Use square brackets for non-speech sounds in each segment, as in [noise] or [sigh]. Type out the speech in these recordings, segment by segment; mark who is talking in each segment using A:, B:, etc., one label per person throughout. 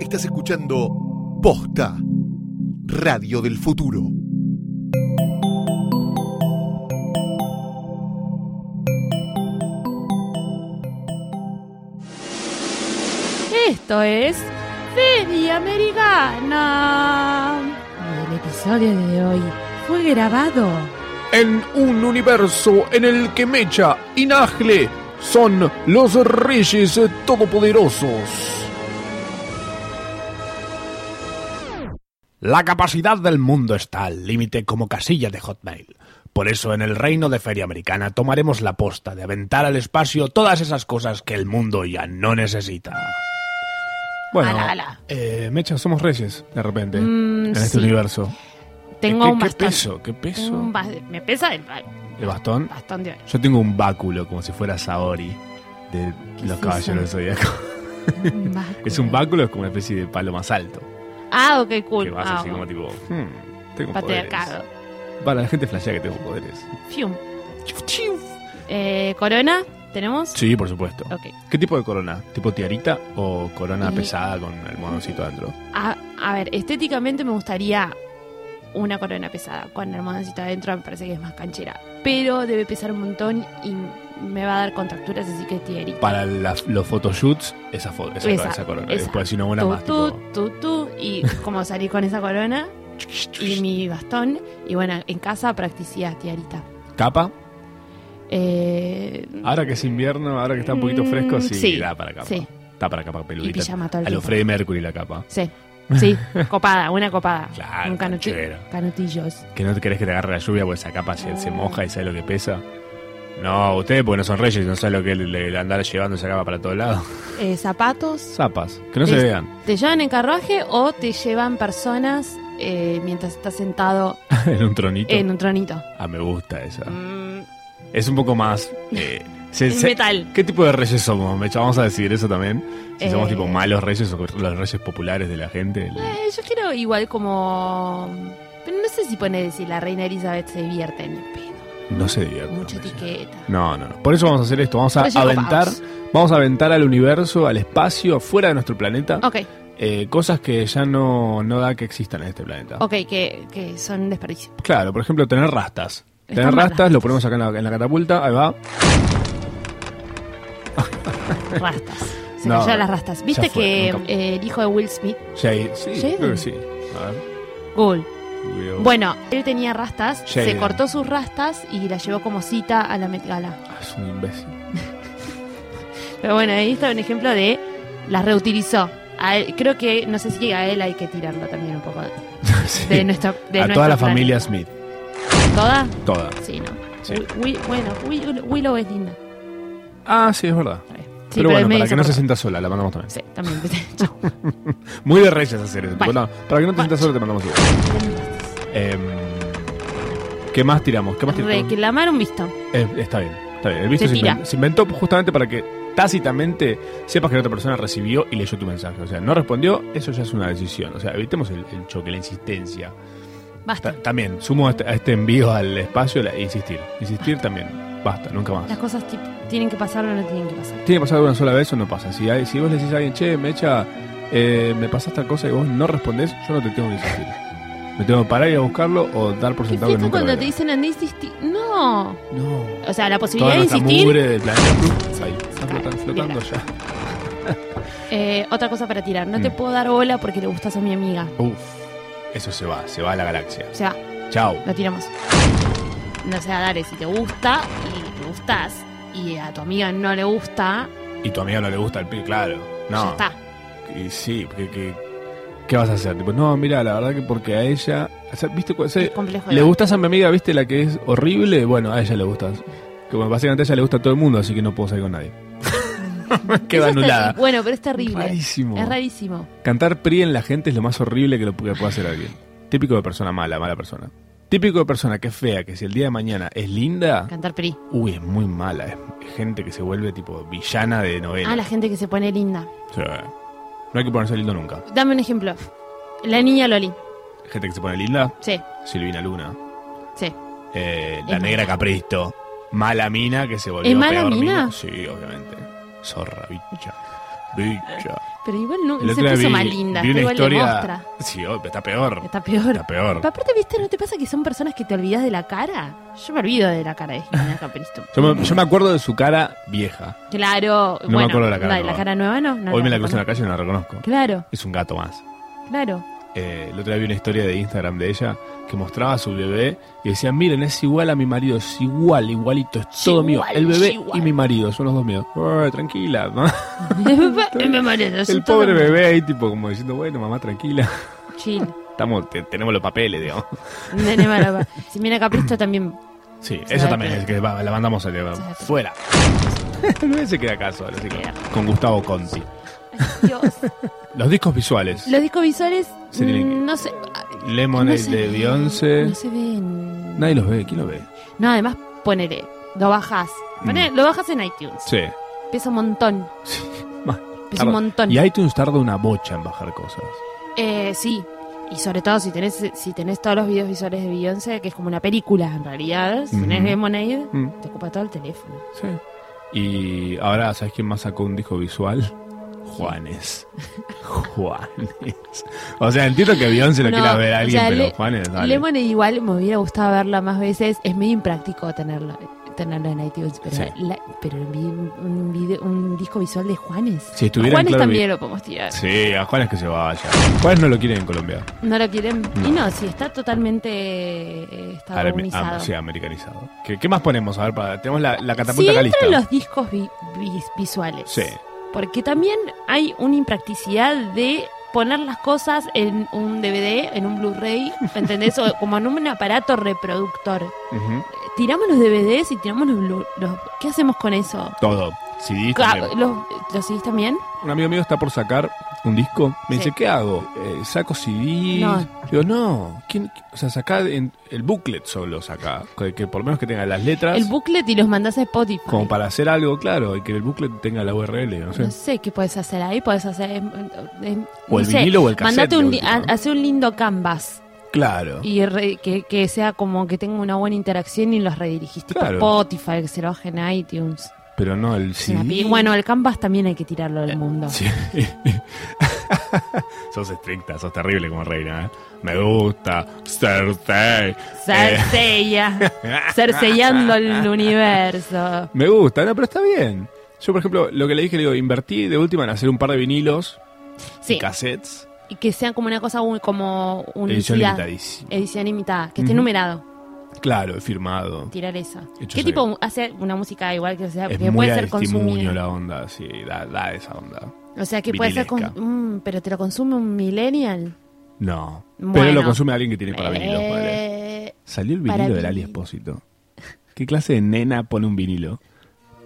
A: Estás escuchando Posta, Radio del Futuro.
B: Esto es Feria Americana. Y el episodio de hoy fue grabado
C: En un universo en el que Mecha y Nagle son los reyes todopoderosos. La capacidad del mundo está al límite como casilla de Hotmail. Por eso en el reino de Feria Americana tomaremos la posta de aventar al espacio todas esas cosas que el mundo ya no necesita. Bueno,
B: Ala, ala.
C: eh, Mecha, somos reyes de repente
B: Mm,
C: en este
B: sí.
C: universo.
B: Tengo
C: ¿Qué,
B: un
C: qué
B: bastón.
C: peso? ¿Qué peso?
B: Un bas- me pesa el ba-
C: ¿El bastón?
B: bastón de oro.
D: Yo tengo un báculo, como si fuera Saori de
B: es
D: los caballeros del
B: eso?
D: zodiaco. [laughs] [laughs] Es un báculo, es como una especie de palo más alto.
B: Ah, ok, cool.
D: Que vas
B: Ah,
D: así como
B: bueno.
D: tipo, hmm, tengo poderes.
B: Patriarcado.
D: Vale, la gente flashea que tengo poderes.
B: Fium. Eh, corona, ¿tenemos?
D: Sí, por supuesto.
B: Ok.
D: ¿Qué tipo de corona? ¿Tipo tiarita o corona
B: Y-
D: pesada con el mononcito adentro?
B: A, a ver, estéticamente me gustaría una corona pesada. Con hermosita adentro me parece que es más canchera. Pero debe pesar un montón y me va a dar contracturas, así que tierita.
D: Para la- los photoshoots, esa, fo- esa,
B: Esa,
D: esa corona.
B: esa.
D: Después, si no, una
B: Tú,
D: más.
B: tú,
D: tipo-
B: tú, tú, y como salí con esa corona y mi bastón. Y bueno, en casa practicía tiarita.
D: ¿Capa?
B: Eh,
D: Ahora que es invierno, ahora que está un poquito
B: Mm,
D: fresco, sí,
B: sí,
D: da para capa.
B: sí.
D: Da para capa
B: y
D: peludita.
B: pijama todo el
D: A lo
B: tiempo.
D: Freddie Mercury la capa. [laughs]
B: Sí, sí, copada, una copada.
D: Claro,
B: Un canuti-
D: canchero.
B: canutillos.
D: Que no te querés que te agarre la lluvia porque esa capa se, se moja y sabe lo que pesa. No, ustedes porque no son reyes, no saben lo que es el- el andar llevando esa capa para todos lados.
B: Eh, zapatos.
D: [laughs] Zapas, que no se
B: Es-
D: vean.
B: ¿Te llevan en carruaje o te llevan personas eh, mientras estás sentado
D: [laughs] en un tronito.
B: en un tronito?
D: Ah, me gusta esa.
B: Mm,
D: Es un poco más...
B: [laughs]
D: eh, se-
B: es
D: se-
B: metal.
D: ¿Qué tipo de reyes somos, Mecha? Vamos a decidir eso también. Si somos
B: Eh.
D: tipo malos reyes o los reyes populares de la gente. el-
B: Eh, yo quiero igual como... Pero no sé si pone decir la reina Elizabeth se divierte en el pedo.
D: No se divierte.
B: Mucha
D: Mecha.
B: etiqueta.
D: No, no, no. Por eso vamos a hacer esto. Vamos a
B: Reyes
D: aventar...
B: copados.
D: Vamos a aventar al universo, al espacio, afuera de nuestro planeta.
B: Ok,
D: eh, cosas que ya no, no da que existan en este planeta.
B: ok, que, que son desperdicio.
D: [laughs] Claro, por ejemplo, tener rastas.
B: Están
D: Tener
B: mal las
D: rastas, lo ponemos acá en la, en la catapulta, ahí va.
B: Rastas. Se
D: No,
B: cayeron las rastas. ¿Viste
D: ya fue,
B: que
D: nunca-
B: eh, el hijo de Will Smith,
D: Jade, sí,
B: Jade.
D: creo que sí. A ver,
B: Gould,
D: cuidado.
B: bueno, él tenía rastas, se
D: Jaden.
B: cortó sus rastas y las llevó como cita a la Met Gala?
D: Ah, es un imbécil. [laughs]
B: Pero bueno, ahí está un ejemplo de las reutilizó. A él- creo que, no sé si a él hay que tirarlo también un poco
D: Sí.
B: de nuestra de
D: a
B: nuestro
D: toda
B: planeta.
D: la familia Smith,
B: ¿Toda?
D: toda.
B: Sí, no.
D: Sí.
B: Wi- Wi- bueno, Wi- Willow es linda.
D: Ah, sí, es verdad.
B: Sí,
D: pero,
B: es
D: bueno,
B: medio
D: para que no se
B: insoportable.
D: sienta sola, la mandamos también.
B: Sí, también.
D: [laughs]
B: Chau.
D: Muy de reyes hacer eso.
B: Vale.
D: Bueno, para que no te
B: Vale.
D: sientas sola, te mandamos igual. Em, ¿Qué más tiramos? ¿Qué más tiramos?
B: Reclamar un visto.
D: Eh, está bien, está bien. El visto
B: Se
D: se,
B: tira.
D: inven- se inventó justamente para que tácitamente sepas que la otra persona recibió y leyó tu mensaje. O sea, no respondió, eso ya es una decisión. O sea, evitemos el, el choque, la insistencia.
B: Basta.
D: Ta- también, sumo a este, a este envío al espacio la- insistir. Insistir también. Basta, nunca
B: Las
D: más.
B: cosas tipo, tienen que pasar o no tienen que pasar.
D: ¿Tiene que pasar una sola vez o no pasa? Si, hay- si vos le decís a alguien, che, Mecha, eh, me pasa esta cosa y vos no respondés, yo no te tengo que insistir. Me tengo que parar y ir a buscarlo o dar por
B: ¿Qué
D: sentado que
B: fica
D: nunca lo
B: cuando te
D: veré.
B: dicen andá a insistir? No.
D: No.
B: O sea, la
D: Toda
B: posibilidad de
D: nuestra
B: insistir.
D: mugre del planeta. Ahí, está
B: cae.
D: flotando, flotando ya.
B: Eh, otra cosa para tirar. No te
D: Mm.
B: puedo dar bola porque le gustas a mi amiga.
D: Uf, eso se va, se va a la galaxia.
B: O sea,
D: Chao.
B: Lo tiramos. No sea, dale, si te gusta y te gustás y a tu amiga no le gusta,
D: Y tu amiga no le gusta el pi, claro. No.
B: ya está.
D: Y sí, porque que- ¿qué vas a hacer? Tipo, no, mira, la verdad que porque a ella. o sea, ¿Viste? cu-
B: Es
D: se-
B: complejo.
D: le gustas a mi amiga, ¿viste? La que es horrible. Bueno, a ella le gustas. Que bueno, básicamente a ella le gusta a todo el mundo, así que no puedo salir
B: [laughs]
D: con nadie.
B: Eso
D: Queda
B: es
D: anulada.
B: terri- Bueno, pero es terrible.
D: Rarísimo.
B: Es rarísimo.
D: Cantar PRI en la gente es lo más horrible que lo que puede hacer alguien. Típico de persona mala, mala persona. Típico de persona que es fea, que si el día de mañana es linda,
B: Cantar PRI.
D: Uy, es muy mala. Es es gente que se vuelve tipo villana de novela.
B: Ah, la gente que se pone linda.
D: Sí. No hay que ponerse lindo nunca.
B: Dame un ejemplo. La niña Loli.
D: Gente que se pone linda,
B: Sí,
D: Silvina Luna.
B: sí.
D: Eh,
B: Es
D: la negra
B: mala.
D: Capristo. Mala mina que se volvió
B: ¿Es mala
D: peor
B: mina?
D: Sí, obviamente. Zorra, bicha. Bicha.
B: Pero igual no,
D: El
B: se
D: otro día
B: puso
D: vi-
B: más linda.
D: vi
B: está
D: una
B: igual de
D: historia.
B: mostra.
D: Sí, oh, está peor.
B: Está peor.
D: Está peor.
B: Pero aparte, ¿viste? ¿No te pasa que son personas que te olvidas de la cara? Yo me olvido de la cara de [laughs] Jimena Camperisto.
D: Yo me, yo me acuerdo de su cara vieja.
B: Claro.
D: No me
B: bueno,
D: acuerdo de la cara
B: dale,
D: nueva.
B: nueva no. no
D: Hoy me la
B: reconozco.
D: cruzo en la calle y no la reconozco.
B: Claro,
D: Es un gato más.
B: claro.
D: Eh, el otro día vi una historia de Instagram de ella que mostraba a su bebé y decía, miren, es igual a mi marido, es igual, igualito, es todo
B: Igual,
D: mío. El bebé
B: igual.
D: y mi marido, son los dos míos. Ué, tranquila, ¿no?
B: [laughs] me parece,
D: El
B: son
D: pobre
B: todos-
D: bebé ahí tipo como diciendo, bueno, mamá, tranquila.
B: Chill.
D: Estamos, te- tenemos los papeles, digamos.
B: Nene Maraba. Jimena Capristo también.
D: Sí,
B: Se
D: eso
B: ve
D: también
B: que-
D: es que va- la mandamos a llevar.
B: Se ve que-
D: Fuera. [laughs] no se queda caso, así que-
B: Queda.
D: con Gustavo Conti.
B: Ay, Dios.
D: Los discos visuales.
B: Los discos visuales,
D: Se tienen que-
B: mm, no sé.
D: Lemonade
B: no se
D: de
B: ven,
D: Beyoncé.
B: No se ven.
D: Nadie los ve, ¿quién los ve?
B: No, además, ponele. Lo bajas. Ponele, Lo bajas en iTunes.
D: Mm. Sí.
B: Pesa un montón.
D: mal.
B: Pesa un montón.
D: Y iTunes tarda una bocha en bajar cosas.
B: Eh, sí. Y sobre todo si tenés, si tenés todos los videos visuales de Beyoncé, que es como una película en realidad, si tenés
D: Ujú.
B: Lemonade,
D: Mm.
B: te ocupa todo el teléfono.
D: Sí. Y ahora, ¿sabes quién más sacó un disco visual? Juanes. Juanes. O sea, entiendo que Beyoncé lo
B: No,
D: quiera ver a alguien,
B: o sea,
D: pero
B: Le-
D: Juanes, dale.
B: Lemonade igual me hubiera gustado verla más veces. Es medio impráctico tenerlo, tenerlo en iTunes, pero,
D: Sí.
B: la- pero vi- un, video- un disco visual de Juanes. A
D: Si estuvieran
B: Juanes
D: claro,
B: también lo podemos tirar.
D: Sí, a Juanes que se vaya. Juanes no lo quieren en Colombia.
B: ¿No lo quieren?
D: No.
B: Y no, sí, está totalmente eh,
D: Arami-
B: estadounizado.
D: am- ah, sí, americanizado. ¿Qué, qué más ponemos? A ver, para- tenemos la, la
B: Sí,
D: catapulta calista.
B: entran los discos vi- vi- visuales.
D: Sí.
B: Porque también hay una impracticidad de poner las cosas en un DVD, en un Blu-ray, ¿entendés? O como en un aparato reproductor.
D: Ujú.
B: Tiramos los DVDs y tiramos los, Blu- los- ¿Qué hacemos con eso?
D: Todo. CDs
B: Ca-
D: también.
B: ¿Los, ¿Los CDs también?
D: Un amigo mío está por sacar un disco. Me
B: Sí.
D: dice, ¿qué hago? Eh, ¿Saco CD?
B: No.
D: Digo, no. ¿Quién, o sea, saca en- el booklet solo, saca. Que, que por lo menos que tenga las letras.
B: El booklet y los mandás a Spotify.
D: como para hacer algo, claro. Y que el booklet tenga la URL, no sé.
B: No sé qué puedes hacer ahí, puedes hacer... eh, eh,
D: O el
B: no sé,
D: vinilo o el cassette.
B: Mandate
D: de
B: un, li-
D: última, ¿no?
B: ha- hace un lindo canvas
D: Claro.
B: y re- que, que sea como que tenga una buena interacción y los redirigiste
D: Claro.
B: a Spotify, que se lo bajen a iTunes.
D: Pero no el
B: Es una pi-
D: CD. [laughs]
B: Bueno, el canvas también hay que tirarlo al mundo.
D: Eh, Sí. [laughs] sos estricta, sos terrible como reina. ¿eh? Me gusta. Cersei. Eh.
B: Cercella.
D: [laughs]
B: Cercellando el universo.
D: Me gusta, no, pero está bien. Yo, por ejemplo, lo que le dije, le digo, invertí de última en hacer un par de vinilos y
B: Sí.
D: cassettes.
B: Y que sea como una cosa un- como
D: Edición
B: unicidad.
D: limitadísima.
B: Edición imitada, que esté
D: Ujú.
B: numerado,
D: Claro, firmado.
B: tirar eso.
D: Hecho
B: ¿Qué
D: sale.
B: tipo hace una música igual que, o sea,
D: Es
B: que
D: muy
B: puede
D: a
B: ser
D: Aristimuño
B: consumida?
D: la onda, sí, da, da esa onda.
B: O sea, que puede ser con-
D: vinilesca.
B: mm, pero te lo consume un millennial.
D: No. Pero
B: Bueno.
D: lo consume alguien que tiene para vinilos, vale.
B: Eh,
D: Salió el
B: para
D: vinilo del
B: vinil.
D: Ali Espósito. ¿Qué clase de nena pone un vinilo?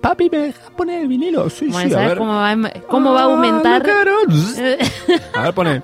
D: Papi, ¿me dejas poner el vinilo? Sí,
B: Bueno,
D: sí, a
B: ¿sabes
D: ver.
B: cómo va, em- cómo va a
D: Ah,
B: aumentar? [laughs]
D: lo cagaron. A ver, pone.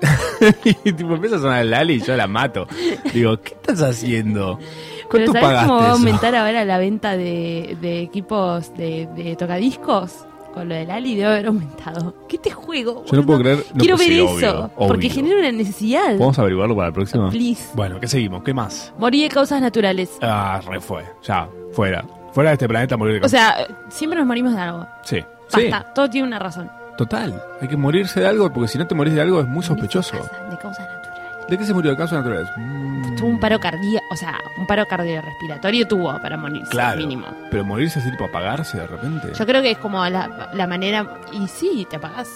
D: [laughs] y tipo, empieza a sonar el Ali y yo la mato. Digo, ¿qué estás haciendo?
B: Pero
D: ¿Cuánto
B: ¿sabes cómo va a
D: pagaste eso?
B: aumentar ahora la venta de, de equipos de, de tocadiscos? Con lo del Ali debe haber aumentado. ¿Qué te juego?
D: Yo no
B: boludo?
D: puedo creer. no,
B: Quiero
D: pues
B: ver
D: sí, obvio,
B: eso, porque
D: obvio.
B: genera una necesidad.
D: ¿Podemos averiguarlo para la próxima?
B: Please.
D: Bueno, ¿qué seguimos? ¿Qué más?
B: Morir de causas naturales.
D: Ah, re fue. Ya, fuera. Fuera de este planeta morir. de
B: O sea, siempre nos morimos de algo.
D: cáncer. sí.
B: Basta, todo tiene una razón.
D: Sí, total. Hay que morirse de algo porque si no te morís de algo es muy sospechoso.
B: De causas naturales.
D: ¿De qué se murió de casos naturales? Mm,
B: Tuvo un paro cardíaco, o sea, un paro cardiorrespiratorio tuvo para morirse,
D: Claro.
B: mínimo.
D: Pero morirse así tipo apagarse de repente.
B: Yo creo que es como la, la manera. Y sí, te apagás.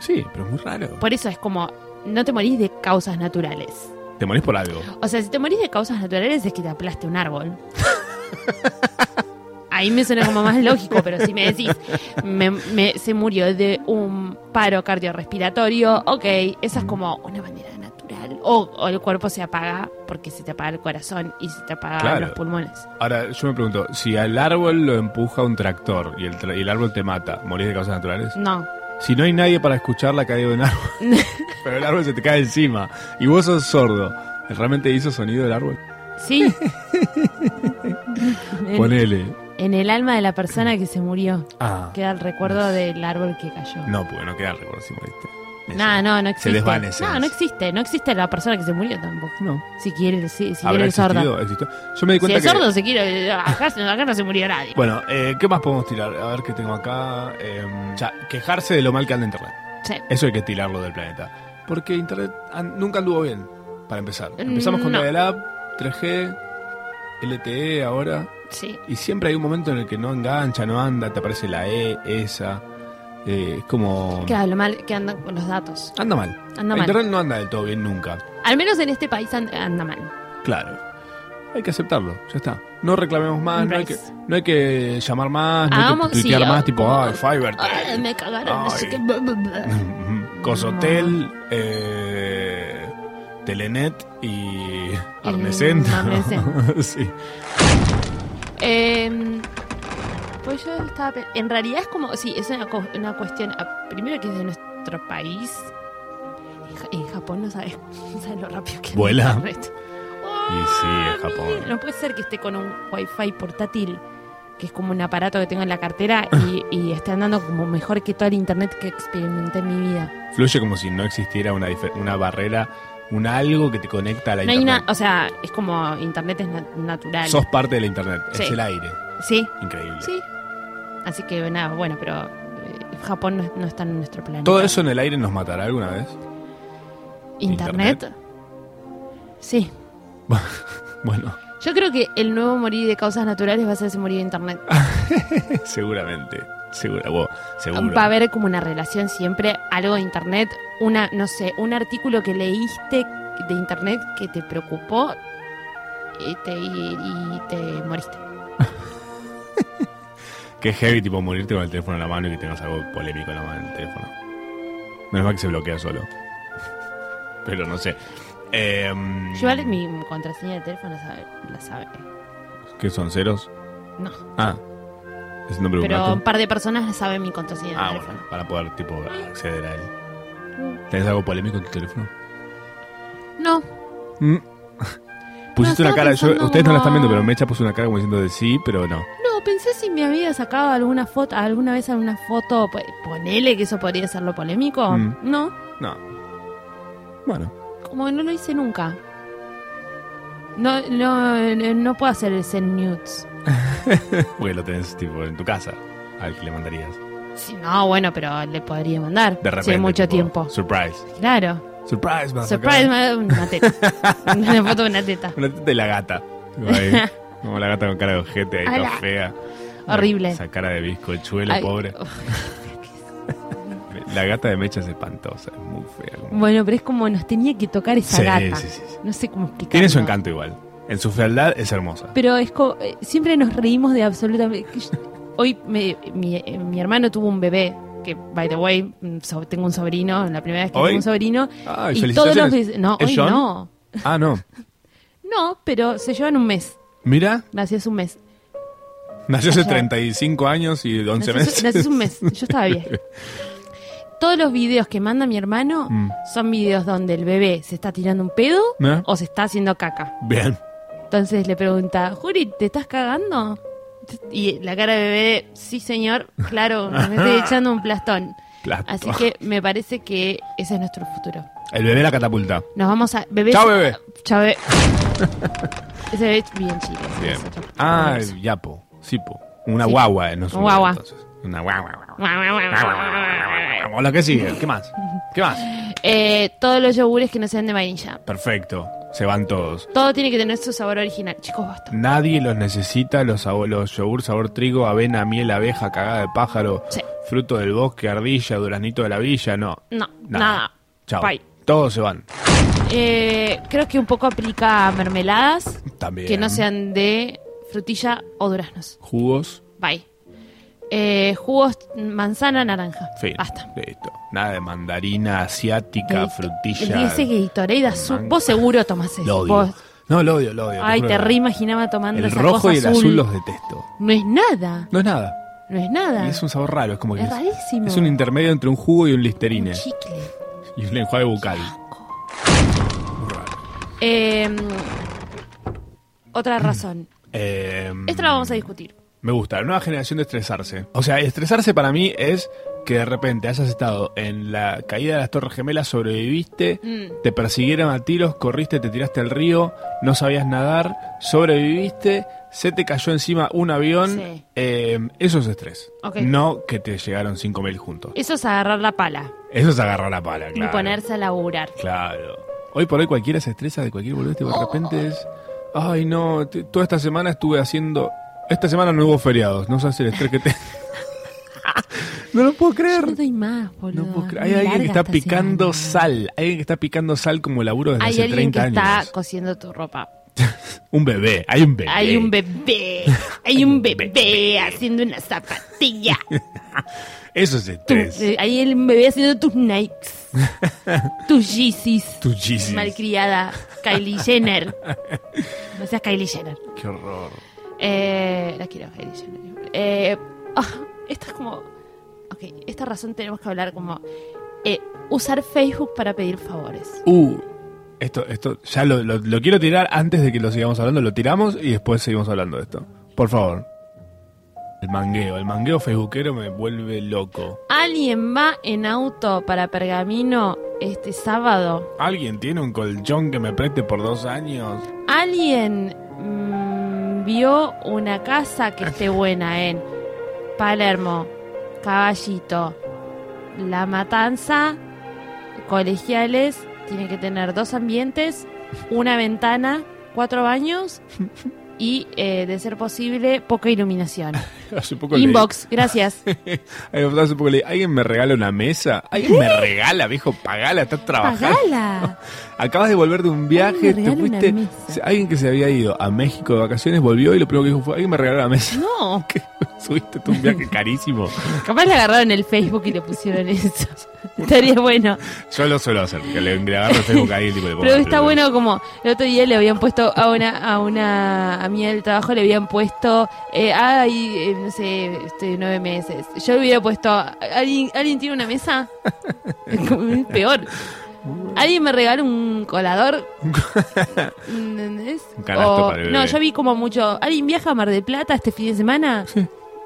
D: Sí, pero es muy raro.
B: Por eso es como. No te morís de causas naturales.
D: Te morís por algo.
B: O sea, si te morís de causas naturales es que te aplaste un árbol. [laughs] Ahí me suena como más lógico, pero si me decís, me- me- se murió de un paro cardiorrespiratorio, ok, esa es como una manera natural. O, o el cuerpo se apaga porque se te apaga el corazón y se te apagan
D: Claro.
B: los pulmones.
D: Ahora, yo me pregunto, si al árbol lo empuja un tractor y el, tra- y el árbol te mata, ¿morís de causas naturales?
B: No,
D: Si no hay nadie para escuchar la caída de un
B: [laughs]
D: árbol, pero el árbol se te cae encima y vos sos sordo, ¿realmente hizo sonido el árbol?
B: sí.
D: [laughs]
B: en,
D: Ponele.
B: en el alma de la persona que se murió
D: Ah.
B: queda el recuerdo del árbol que cayó.
D: No, porque no queda el recuerdo si moriste.
E: Eso.
B: Nada, no, no
E: Se
B: existe.
E: desvanece.
B: no, no existe. No existe la persona que se murió tampoco.
D: No.
B: Si quiere, el- si, si quiere
D: ¿Habrá
B: el sordo.
D: existido? ¿Existió? Yo me di
B: Si
D: cuenta
B: el
D: que...
B: sordo se quiere. Acá, acá no se murió nadie.
D: Bueno, eh, ¿qué más podemos tirar? A ver qué tengo acá. Em, ya, quejarse de lo mal que anda Internet.
B: Sí.
D: Eso hay que tirarlo del planeta. Porque Internet an- nunca anduvo bien, para empezar. Empezamos con
B: Mm, no.
D: Dial-Up, 3G, LTE E ahora.
B: Sí.
D: Y siempre hay un momento en el que no engancha, no anda, te aparece la E, esa. eh, es como...
B: Claro, lo mal que andan con los datos.
D: Anda mal.
B: Anda mal.
D: Internet no anda del todo bien nunca.
B: Al menos en este país and- anda mal.
D: Claro. Hay que aceptarlo, ya está. No reclamemos más, no hay, que,
B: Embrace.
D: no hay que llamar más, no hay
B: Hagamos-
D: que tuitear
B: sí,
D: más,
B: ah,
D: tipo,
B: como-
D: ay, Fiverr.
B: Ay, me cagaron. no sé
D: Ay.
B: qué, bla, bla, bla.
D: [laughs] Cosotel, eh, Telenet y
B: Y
D: Armesent.
B: Armesent.
D: [laughs] sí.
B: Eh, pues yo estaba. pe- En realidad es como. Sí, es una, co- una cuestión. ah, Primero que es de nuestro país. En Ja- En Japón no sabes, [laughs] no sabes lo rápido que anda
D: Vuela.
B: el resto.
D: Y sí, es Japón.
B: No puede ser que esté con un wifi portátil, que es como un aparato que tengo en la cartera,
D: [laughs]
B: y, y esté andando como mejor que todo el internet que experimenté en mi vida.
D: Fluye como si no existiera una, dife- una barrera, un algo que te conecta a la
B: No hay
D: internet.
B: una, o sea, es como internet es na- natural.
D: Sos parte de la internet, es
B: Sí.
D: el aire.
B: Sí,
D: Increíble.
B: sí. Así que nada, bueno, pero eh, Japón no, no está en nuestro planeta.
D: ¿Todo eso en el aire nos matará alguna vez? [laughs]
B: ¿Internet? Sí.
D: Bueno, [laughs]
B: Yo creo que el nuevo morir de causas naturales va a ser ese morir de internet.
D: seguramente. Segura, wow, [laughs] seguro.
B: Va a haber como una relación siempre, algo de internet, una, no sé, un artículo que leíste de internet que te preocupó y te, y- y te moriste.
D: Mm. Qué heavy, tipo, morirte con el teléfono en la mano y que tengas algo polémico en la mano en el teléfono. Menos mal que se bloquea solo. [laughs] Pero no sé. Eh,
B: Yo vale, mi contraseña de teléfono la sabe. La sabe.
D: ¿Qué son ceros?
B: No,
D: Ah, es nombre de un
B: pero
D: gato.
B: un par de personas la saben mi contraseña de
D: Ah,
B: teléfono.
D: bueno, para poder, tipo, acceder a él.
B: Mm.
D: ¿Tenés algo polémico en tu teléfono?
B: No,
D: Mm. Pusiste
B: No,
D: una
B: estaba
D: cara, yo-
B: pensando
D: ustedes no la están
B: como-
D: viendo, pero Mecha puso una cara como diciendo de sí, pero no.
B: no, pensé si me había sacado alguna foto, alguna vez alguna foto, po- ponele que eso podría ser lo polémico.
D: Mm.
B: No,
D: No. Bueno,
B: como que no lo hice nunca. No, no, no puedo hacer el send nudes.
D: porque lo tenés, tipo, en tu casa, al que le mandarías.
B: Sí, no, bueno, pero le podría mandar.
D: De repente.
B: Si hay mucho
D: tipo,
B: tiempo.
D: Surprise.
B: Claro.
D: Surprise, me vas a
B: Surprise, me- una teta.
D: [laughs]
B: una foto de una teta.
D: Una teta de la gata.
B: [laughs]
D: Ahí, Como la gata con cara de ojete ahí,
B: Ala.
D: toda fea.
B: Horrible.
D: Esa cara de bizcochuelo,
B: Ay,
D: pobre.
B: uf.
D: La gata de Mecha es espantosa, es muy fea. como-
B: Bueno, pero es como nos tenía que tocar esa
D: Sí,
B: gata.
D: sí, sí, sí.
B: No sé cómo explicarlo.
D: Tiene su encanto igual. En su fealdad es hermosa.
B: Pero es como, eh, siempre nos reímos de absolutamente... que yo- Hoy me- mi, eh, mi hermano tuvo un bebé, que, by the way, mm, so- tengo un sobrino, la primera vez que
D: ¿Hoy?
B: tengo un sobrino.
D: Ay,
B: y todos los...
D: felicitaciones.
B: vez- No,
D: ¿Es
B: hoy
D: John?
B: no.
D: Ah, no.
B: No, pero se llevan un mes.
D: Mira,
B: Gracias, un mes.
D: nació hace
B: Allá.
D: 35 años y 11
B: Nací
D: meses.
B: hace-
D: [laughs]
B: nací hace un mes, yo estaba bien. Todos los videos que manda mi hermano
D: Mm. ¿Eh?
B: son videos donde el bebé se está tirando un pedo
D: ¿No?
B: o se está haciendo caca.
D: Bien.
B: [laughs] Entonces le pregunta, Juri, ¿te estás cagando? Y la cara de bebé, sí señor, claro, me
D: [laughs]
B: estoy echando un plastón.
D: Plato.
B: Así que me parece que ese es nuestro futuro.
D: El bebé la catapulta.
B: Nos vamos a... Bebé,
D: Chao, bebé.
B: Chao,
D: [laughs]
B: bebé. ese bebé es bien chido.
D: Bien.
B: Nosotros-
D: Ah, el yapo. Sipo. Una
B: Sí.
D: guagua. No es un
B: Guagua.
D: bebé, entonces. Una guagua. O lo que sigue. ¿Qué más? ¿Qué más?
B: Eh, todos los yogures que no sean de vainilla.
D: Perfecto. Se van todos.
B: Todo tiene que tener su sabor original. Chicos, basta.
D: Nadie los necesita, los, sabo- los yogur sabor trigo, avena, miel, abeja, cagada de pájaro,
B: Sí.
D: fruto del bosque, ardilla, duranito de la villa, no.
B: No,
D: Nada.
B: nada.
D: Chao.
B: Bye.
D: Todos se van.
B: Eh, creo que un poco aplica a mermeladas
D: También.
B: que no sean de frutilla o duraznos.
D: Jugos,
B: Bye. Eh, jugos manzana, naranja.
D: fin.
B: Basta.
D: Listo. Nada de mandarina asiática,
B: Gay-
D: frutilla.
B: Dice que Gatorade azul.
D: mango.
B: Vos seguro tomás eso.
D: Lo odio.
B: Vos-
D: No, lo odio, lo odio.
B: Ay,
D: juro
B: te
D: que-
B: reimaginaba tomando
D: El
B: esa
D: rojo
B: cosa
D: y el azul.
B: azul.
D: los detesto.
B: No es nada.
D: No es nada.
B: No es nada.
D: Y es un sabor raro, es como que.
B: Es rarísimo.
D: es un intermedio entre un jugo y un
B: Un
D: listerine.
B: chicle.
D: Y un enjuague bucal. Muy raro.
B: Eh, otra razón.
D: Eh,
B: Esto lo vamos a discutir.
D: Me gusta, la nueva generación de estresarse. O sea, estresarse para mí es que de repente hayas estado en la caída de las Torres Gemelas, sobreviviste,
B: Mm.
D: te persiguieron a tiros, corriste, te tiraste al río, no sabías nadar, sobreviviste, se te cayó encima un avión.
B: Sí.
D: eh, eso es estrés.
B: Ok.
D: No que te llegaron 5.000 juntos.
B: Eso es agarrar la pala
D: Eso es agarrar la pala, claro.
B: y ponerse a laburar.
D: Claro. Hoy por hoy cualquiera se estresa de cualquier boludez, tipo, de repente es, ay no, t- toda esta semana estuve haciendo, esta semana no hubo feriados, no sabes el estrés que te... [laughs] no lo puedo creer.
B: No doy más, boludo.
D: No puedo creer.
B: Muy
D: Hay alguien que
B: larga
D: está
B: esta
D: picando
B: semana.
D: sal, alguien que está picando sal como laburo desde
B: Hay
D: hace
B: alguien que
D: 30
B: está
D: años.
B: cosiendo tu ropa.
D: Un bebé, hay un bebé.
B: Hay un bebé, hay un bebé haciendo una zapatilla.
D: Eso es
B: Tu-
D: estrés.
B: eh, hay el- un bebé haciendo tus Nikes, tus Yeezys.
D: Tu Jesus.
B: Malcriada, Kylie Jenner. No seas Kylie Jenner.
D: Qué horror.
B: Eh, la quiero, Kylie Jenner. Eh, ah, esta es como. Ok, esta razón tenemos que hablar como. eh, usar Facebook para pedir favores.
D: Uh, esto, esto, ya lo, lo- lo quiero tirar antes de que lo sigamos hablando. Lo tiramos y después seguimos hablando de esto. Por favor. El mangueo, el mangueo facebookero me vuelve loco.
B: Alguien va en auto para Pergamino este sábado.
D: ¿Alguien tiene un colchón que me preste por dos años? [laughs]
B: Alguien mm, vio una casa que esté buena en Palermo, Caballito, La Matanza, Colegiales. Tiene que tener dos ambientes, una ventana, cuatro baños y, eh, de ser posible, poca iluminación.
D: Hace poco leí- eh,
B: Inbox, gracias.
D: hace poco leí, ¿alguien me regala una mesa? ¿Alguien me regala, viejo? Pagala, estás trabajando.
B: Pagala.
D: Acabas de volver de un
B: Alguien
D: viaje,
B: me
D: te
B: regala una
D: fuiste.
B: mesa.
D: se- Alguien que se había ido a México de vacaciones volvió y lo primero que dijo fue: ¿Alguien me regala una mesa?
B: No,
D: [laughs] Subiste tú un viaje carísimo.
B: capaz le agarraron el Facebook y le pusieron eso. Estaría bueno.
D: Yo lo suelo hacer, que le, le agarro el Facebook a alguien y tipo, le pongo
B: Pero
D: la
B: está
D: pelota.
B: bueno como el otro día le habían puesto a una a una a mí del trabajo le habían puesto eh, ay eh, no sé estoy de nueve meses yo le hubiera puesto alguien alguien tiene una mesa Es como- es
D: [laughs]
B: peor alguien me regaló un colador ¿Entendés?
D: Un canasto
B: O-
D: para el bebé.
B: no yo vi como mucho alguien viaja a Mar del Plata este fin de semana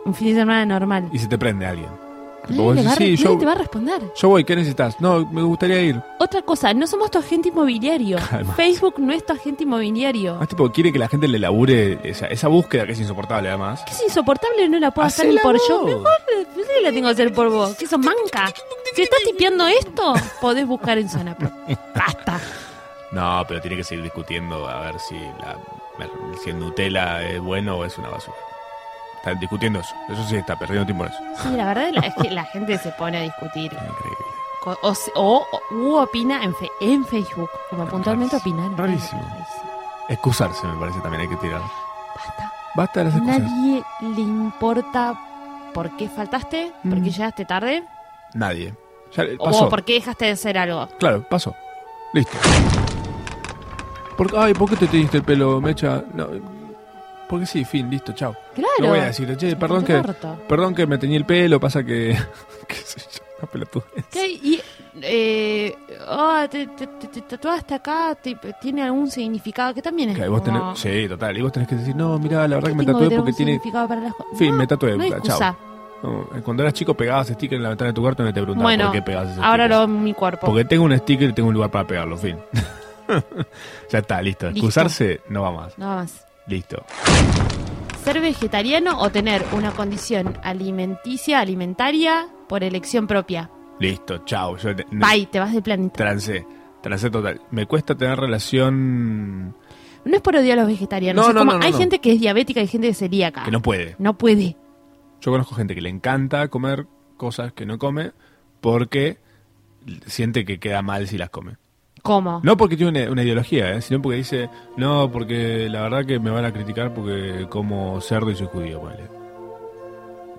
B: un fin de semana normal
D: Y se te prende alguien. Tipo,
B: nadie,
D: vos
B: le va,
D: decís,
B: a re-
D: sí,
B: nadie
D: yo,
B: te va a responder
D: yo voy, ¿qué necesitas? No, me gustaría ir.
B: otra cosa no somos tu agente inmobiliario
D: Calma.
B: Facebook no es tu agente inmobiliario
D: Más Ah, tipo, quiere que la gente le labure esa, esa búsqueda que es insoportable, además.
B: que es insoportable no la puedo hacer ni
D: Hacela
B: por
D: vos.
B: yo. Mejor ¿por qué la tengo que hacer por vos. Que sos manca. Si estás tipeando esto, podés buscar en zona pro. Basta.
D: No, pero tiene que seguir discutiendo a ver si, la, si el Nutella es bueno o es una basura. Están discutiendo eso. Eso sí, está perdiendo tiempo en eso.
B: Sí, la verdad la- es que la gente se pone a discutir.
D: Increíble.
B: co- O, se- o- o- u opina en, fe- en Facebook. Como puntualmente
D: Rarísimo.
B: opinar.
D: Rarísimo. Excusarse, me parece, también hay que tirar.
B: Basta.
D: Basta de las
B: A
D: excusas.
B: nadie le importa por qué faltaste, por qué
D: Mm.
B: llegaste tarde
D: Nadie. Ya, eh,
B: o
D: pasó.
B: por qué dejaste de hacer algo.
D: Claro, pasó. Listo. Por- ay, ¿por qué te teñiste el pelo, Mecha? No, porque sí, fin, listo, chao.
B: Claro.
D: No voy a decirle, che, perdón que,
B: Corto.
D: perdón que me teñí el pelo, pasa que... [laughs] qué sé yo, una pelotudez.
B: ¿Qué? Y, eh, ah, te, te- te- te tatuaste acá, te- tiene algún significado que también es.
D: Claro, y vos tenés-
B: como,
D: sí, total. Y vos tenés que decir, no, mira, la verdad que me
B: tengo
D: tatué
B: tener
D: porque
B: un
D: tiene...
B: significado para las cosas.
D: Fin,
B: No,
D: me tatué,
B: no hay
D: chao.
B: excusa.
D: No, cuando eras chico pegabas sticker en la ventana de tu cuarto y no te preguntaban
B: Bueno,
D: por qué pegabas ese
B: Ahora lo
D: sticker.
B: hago en mi cuerpo.
D: Porque tengo un sticker y tengo un lugar para pegarlo, fin. [laughs] ya está, listo.
B: Listo.
D: Excusarse no va más.
B: Nada más.
D: Listo.
B: Ser vegetariano o tener una condición alimenticia, alimentaria, por elección propia.
D: Listo, chao. Yo te-
B: Bye, te vas del planeta.
D: Trance, trance total. Me cuesta tener relación
B: No es por odiar a los vegetarianos.
D: No,
B: es
D: no,
B: como,
D: no, no,
B: hay
D: no.
B: gente que es diabética y gente que es celíaca.
D: que no puede.
B: No puede.
D: Yo conozco gente que le encanta comer cosas que no come porque siente que queda mal si las come.
B: ¿Cómo?
D: No porque tiene una, una ideología, ¿eh? sino porque dice, no, porque la verdad que me van a criticar porque como cerdo y soy judío, ponele.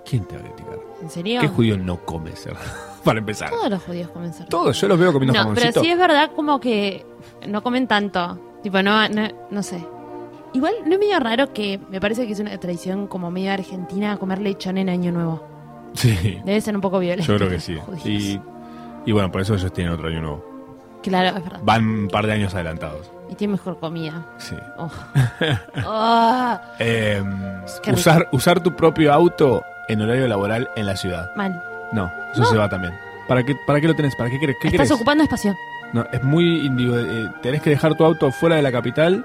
D: ¿Quién te va a criticar?
B: ¿En serio?
D: ¿Qué judío no come cerdo? [laughs] Para empezar.
B: Todos los judíos comen cerdo.
D: Todos, yo los veo comiendo
B: No,
D: jamoncito.
B: pero sí es verdad como que no comen tanto. Tipo, no, no, no sé. Igual, ¿no es medio raro que me parece que es una tradición como medio argentina comer lechón en Año Nuevo? [laughs]
D: Sí,
B: Debe ser un poco violento.
D: yo creo
B: [laughs]
D: que sí.
B: Judíos.
D: Y, y bueno, por eso ellos tienen otro año nuevo.
B: Claro, es verdad.
D: Van un par de años adelantados.
B: Y tiene mejor comida.
D: Sí. [laughs]
B: Oh. Ah,
D: Eh,
B: Qué
D: usar, usar tu propio auto en horario laboral en la ciudad.
B: mal.
D: No, eso
B: No.
D: se va también. ¿Para qué, ¿Para qué lo tenés? ¿Para qué querés? ¿Qué
B: Estás
D: querés?
B: ocupando espacio.
D: No, es muy individual. eh, tenés que dejar tu auto fuera de la capital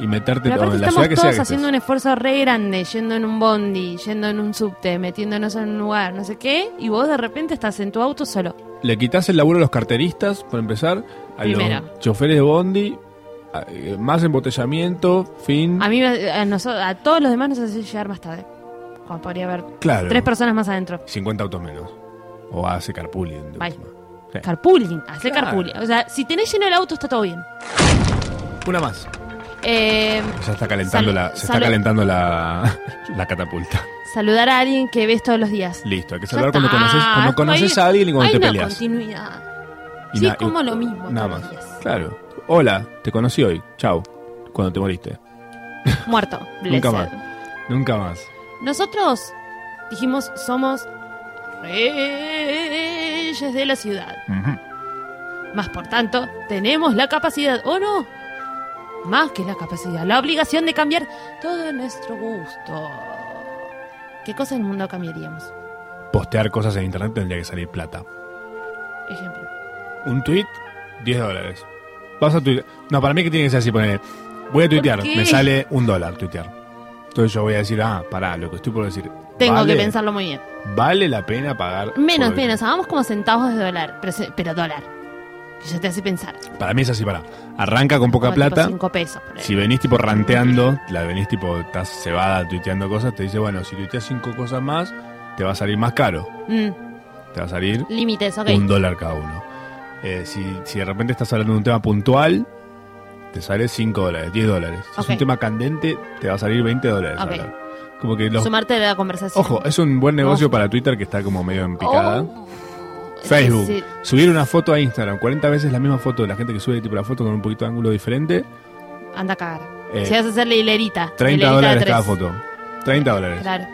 D: y meterte
B: Pero
D: todo,
B: aparte
D: en la
B: estamos
D: ciudad que sea.
B: todos
D: que
B: haciendo un
D: estés.
B: esfuerzo re grande, yendo en un bondi, yendo en un subte, metiéndonos en un lugar, no sé qué, y vos de repente estás en tu auto solo.
D: Le quitas el laburo a los carteristas, por empezar, a
B: Primero.
D: los choferes de bondi, a- eh, más embotellamiento, fin.
B: A mí, me- a, nosotros, a todos los demás nos hace llegar más tarde. Cuando podría haber
D: claro.
B: tres personas más adentro.
D: 50 autos menos. O hace carpooling. de
B: Bye.
D: última.
B: Carpooling, hacer
D: Eh. Claro.
B: carpooling. O sea, si tenés lleno el auto está todo bien.
D: Una más.
B: Eh,
D: Ya está calentando
B: Sal-
D: la. Se está
B: sal-
D: calentando la, [laughs] la catapulta.
B: saludar a alguien que ves todos los días.
D: Listo, hay que
B: Ya
D: salvar cuando
B: está.
D: conoces, cuando conoces
B: Hay-
D: a alguien y cuando
B: hay
D: te
B: una
D: peleas.
B: continuidad.
D: Y
B: Sí,
D: na-
B: es como lo mismo. todos
D: Nada más.
B: los días.
D: Claro. Hola, te conocí hoy. Chao. Cuando te moriste.
B: Muerto.
D: [laughs] Nunca
B: blessed.
D: más. Nunca más.
B: Nosotros dijimos somos reyes de la ciudad. Más por tanto, tenemos la capacidad, ¿o no? Más que la capacidad, la obligación de cambiar todo nuestro gusto. ¿Qué cosa del mundo cambiaríamos?
D: Postear cosas en internet tendría que salir plata.
B: Ejemplo.
D: Un tweet, 10 dólares. Vas a tuitear. No, para mí que tiene que ser así, poner. Voy a tuitear,
B: qué?
D: me sale un dólar tuitear. Entonces yo voy a decir, ah, pará, lo que estoy por decir.
B: Tengo
D: vale-
B: que pensarlo muy bien.
D: Vale la pena pagar.
B: Menos,
D: por-
B: menos, hagamos como centavos de dólar, pero, se- pero dólar. Que ya te hace pensar.
D: Para mí es así, pará. Arranca con poca
B: Como tipo
D: plata.
B: cinco pesos. por ahí.
D: Si venís tipo ranteando, la venís tipo, estás cebada tuiteando cosas, te dice, bueno, si tuiteas cinco cosas más, te va a salir más caro.
B: Mm,
D: Te va a salir
B: límites, ok.
D: un dólar cada uno. Eh, si, si de repente estás hablando de un tema puntual, te sale 5 dólares, 10 dólares. Si es un
B: Ok.
D: tema candente, te va a salir 20 dólares.
B: Ok.
D: hablar. Como que los...
B: Sumarte a la conversación.
D: Ojo, es un buen negocio
B: Ojo.
D: para Twitter que está como medio en picada.
B: Oh,
D: Facebook.
B: sí, sí.
D: Subir una foto a Instagram, 40 veces la misma foto de la gente que sube tipo la foto con un poquito de ángulo diferente,
B: Anda a cagar.
D: Eh,
B: si vas a hacer la hilerita.
D: 30
B: hilerita de
D: dólares
B: tres.
D: cada foto. 30 dólares.
B: Claro.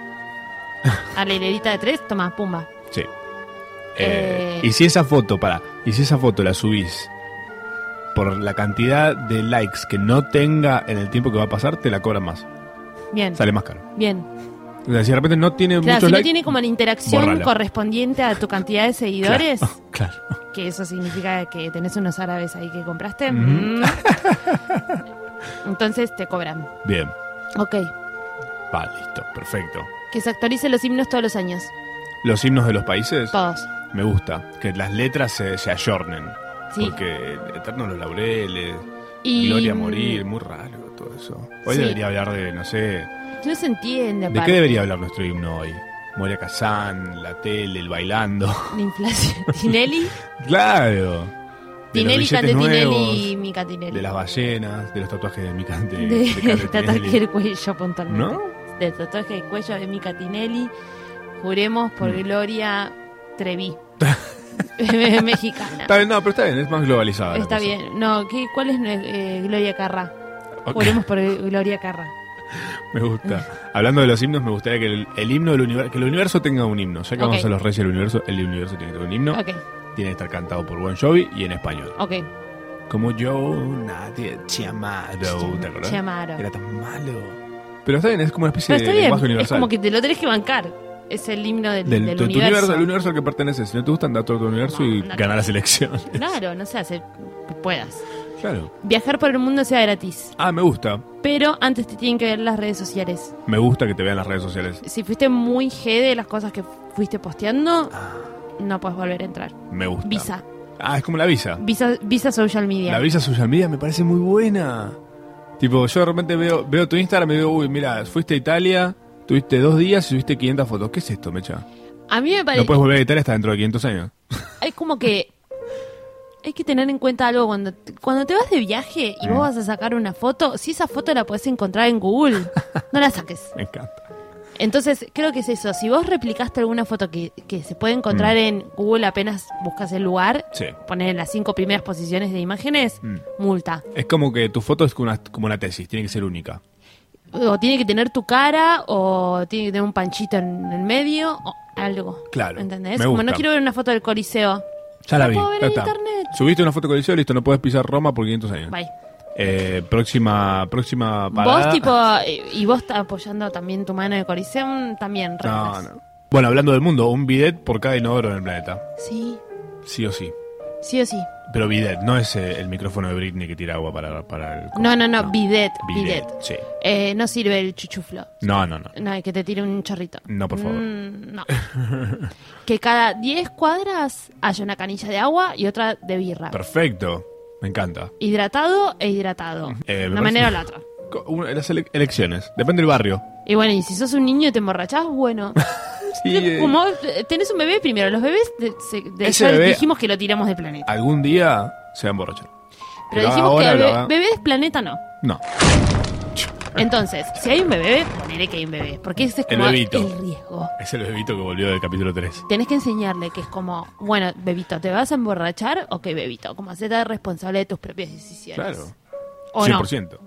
B: A la hilerita de tres, toma, pumba.
D: Sí.
B: Eh,
D: y si esa foto, para, y si esa foto la subís por la cantidad de likes que no tenga en el tiempo que va a pasar, te la cobran más.
B: Bien,
D: Sale más caro.
B: bien.
D: O sea, si de repente no tiene
B: Claro,
D: muchos
B: si no
D: likes.
B: tiene como la interacción
D: bórrala.
B: correspondiente a tu cantidad de seguidores,
D: Claro.
B: que eso significa que tenés unos árabes ahí que compraste,
D: Ujú.
B: mm, entonces te cobran.
D: Bien.
B: Ok.
D: Va, listo. Perfecto.
B: Que se actualicen los himnos todos los años.
D: Los himnos de los países,
B: Todos.
D: me gusta. Que las letras se, se ayornen.
B: Sí.
D: Porque Eternos los Laureles,
B: Y-
D: Gloria a Morir, muy raro todo eso. Hoy
B: Sí.
D: debería hablar de, no sé,
B: No se entiende,
D: ¿De
B: aparte.
D: qué debería hablar nuestro himno hoy? Moria Kazán, la tele, el bailando.
B: La inflación. [laughs] Tinelli.
D: claro. De los
B: Tinelli,
D: billetes
B: Cate
D: nuevos,
B: Tinelli, Mica Tinelli.
D: De las ballenas, de los tatuajes de Mica de,
B: De-
D: de
B: [laughs]
D: Cate
B: de tatuaje
D: Tinelli.
B: del cuello, puntualmente.
D: ¿No?
B: De tatuaje del cuello de Mica Tinelli. Juremos por
D: Mm.
B: Gloria
D: [laughs]
B: Trevi. [laughs] Mexicana.
D: Está bien, no, pero está bien, es más globalizada. la
B: Está
D: cosa.
B: bien. No, ¿qué, ¿cuál es eh, Gloria Carra?
D: Ok,
B: Juremos por Gloria Carra.
D: [laughs] me gusta. Hablando de los himnos, me gustaría que el, el himno del universo, que el universo tenga un himno. Ya que vamos
B: Ok.
D: a los reyes del universo, el universo tiene que tener un himno.
B: Ok,
D: Tiene que estar cantado por Bon Jovi y en español.
B: ok.
D: Como yo, nadie te amado. ¿Te acordás?
B: Se llamaron.
D: Era tan malo. Pero está bien, es como una especie
B: Pero está
D: de
B: bien.
D: lenguaje
B: Es
D: universal.
B: como que te lo tenés que bancar. Es el himno del,
D: del,
B: del
D: tu- tu
B: universo.
D: universo, el universo al que perteneces. Si no te gusta, anda a otro universo
B: No,
D: y
B: anda-
D: ganar
B: [laughs]
D: las elecciones.
B: Claro, no sé, hace que puedas.
D: Claro.
B: Viajar por el mundo sea gratis.
D: Ah, me gusta.
B: Pero antes te tienen que ver las redes sociales.
D: Me gusta que te vean las redes sociales.
B: Si fuiste muy G de las cosas que fuiste posteando, no puedes volver a entrar.
D: Me gusta.
B: Visa.
D: Ah, es como la visa.
B: Visa, visa social media.
D: La visa social media me parece muy buena. Tipo, yo de repente veo, veo tu Instagram y digo, uy, mira, fuiste a Italia, tuviste dos días y subiste 500 fotos. ¿Qué es esto, mecha?
B: a mí me
D: No
B: parece.
D: puedes volver a Italia hasta dentro de 500 años.
B: Es como que. Hay que tener en cuenta algo cuando te, cuando te vas de viaje y vos vas a sacar una foto, si esa foto la podés encontrar en Google,
D: [laughs]
B: no la saques.
D: Me encanta.
B: Entonces, creo que es eso. Si vos replicaste alguna foto que, que se puede encontrar
D: Mm.
B: en Google apenas buscas el lugar,
D: Sí.
B: poner en las cinco primeras posiciones de imágenes,
D: Mm.
B: multa.
D: Es como que tu foto es como una, como una tesis, tiene que ser única.
B: O tiene que tener tu cara, o tiene que tener un panchito en el medio, o algo.
D: Claro,
B: ¿Entendés?
D: me
B: Como
D: gusta.
B: no quiero ver una foto del Coliseo.
D: Ya
B: La puedo ver
D: ya
B: en
D: está.
B: internet.
D: Subiste una foto con el cielo, listo, no puedes pisar Roma por 500 años.
B: Bye.
D: Eh, próxima, próxima parada.
B: Vos, tipo, y y vos ta- apoyando también tu mano de Coliseo, también,
D: No,
B: reglas.
D: no. Bueno, hablando del mundo, un bidet por cada inodoro en el planeta.
B: Sí,
D: Sí o sí.
B: sí o sí.
D: Pero bidet, no es eh, el micrófono de Britney que tira agua para, para el...
B: No, no, no, bidet, bidet.
D: Sí.
B: Eh, no sirve el chuchuflo.
D: No, no, no.
B: No, que te tire un chorrito.
D: No, por favor.
B: Mm, no. [laughs] que cada 10 cuadras haya una canilla de agua y otra de birra.
D: Perfecto. Me encanta.
B: Hidratado e hidratado.
D: Eh, me
B: de
D: parece-
B: una manera o la otra.
D: Co- una- Las ele- elecciones. Depende del barrio.
B: Y bueno, y si sos un niño y te emborrachás,
D: [laughs]
B: bueno.
D: Sí, eh,
B: Como eh, tenés un bebé primero, los bebés de- se- de-
D: Ese
B: ya
D: bebé-
B: dijimos que lo tiramos del planeta.
D: Algún día se va a emborrachar.
B: Pero
D: lo haga
B: dijimos que
D: Ah, ahora,
B: al
D: lo
B: bebé,
D: haga-
B: bebés planeta no.
D: No.
B: Entonces, si hay un bebé, ponele que hay un bebé. Porque ese es
D: El
B: como el,
D: bebito.
B: riesgo.
D: Es el bebito que volvió del capítulo 3.
B: Tenés que enseñarle que es como, bueno, bebito, ¿te vas a emborrachar? Ok, bebito, como hacerte responsable de tus propias decisiones.
D: Claro.
B: ¿O no?
D: 100%.